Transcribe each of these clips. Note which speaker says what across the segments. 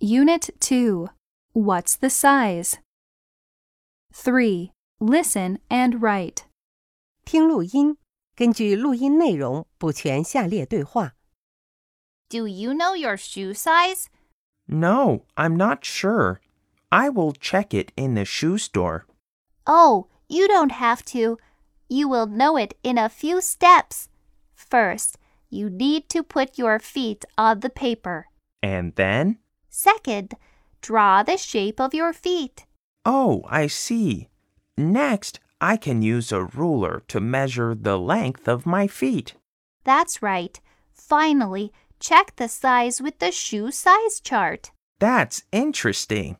Speaker 1: Unit 2. What's the size? 3. Listen and write.
Speaker 2: 听录音，根据录音内容补全下列对话。
Speaker 3: Do you know your shoe size?
Speaker 4: No, I'm not sure. I will check it in the shoe store.
Speaker 3: Oh, you don't have to. You will know it in a few steps. First, you need to put your feet on the paper.
Speaker 4: And then?
Speaker 3: Second, draw the shape of your feet.
Speaker 4: Oh, I see. Next, I can use a ruler to measure the length of my feet.
Speaker 3: That's right. Finally, check the size with the shoe size chart.
Speaker 4: That's interesting.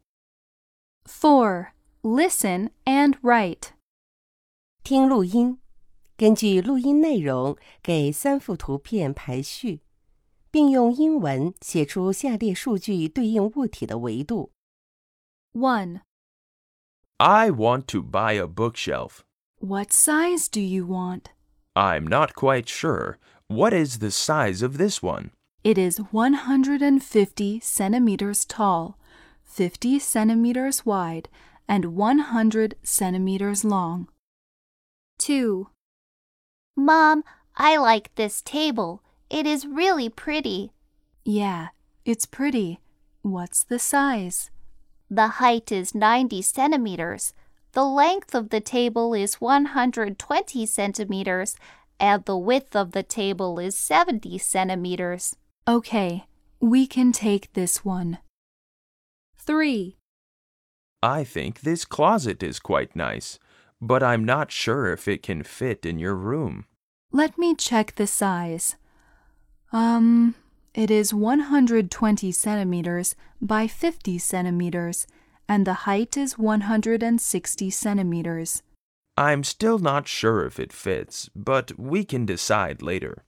Speaker 1: 4. Listen and write.
Speaker 2: 听录音，根据录音内容给三幅图片排序，并用英文写出下列数据对应物体的维度。
Speaker 1: 1.
Speaker 4: I want to buy a bookshelf.
Speaker 1: What size do you want?
Speaker 4: I'm not quite sure. What is the size of this one?
Speaker 1: It is 150 centimeters tall, 50 centimeters wide, and 100 centimeters long. 2.
Speaker 3: Mom, I like this table. It is really pretty.
Speaker 1: Yeah, it's pretty. What's the size?
Speaker 3: The height is 90 centimeters. The length of the table is 120 centimeters, and the width of the table is 70 centimeters.
Speaker 1: Okay, we can take this one. 3.
Speaker 4: I think this closet is quite nice, but I'm not sure if it can fit in your room.
Speaker 1: Let me check the size. Um, it is 120 centimeters by 50 centimeters, and the height is 160 centimeters.
Speaker 4: I'm still not sure if it fits, but we can decide later.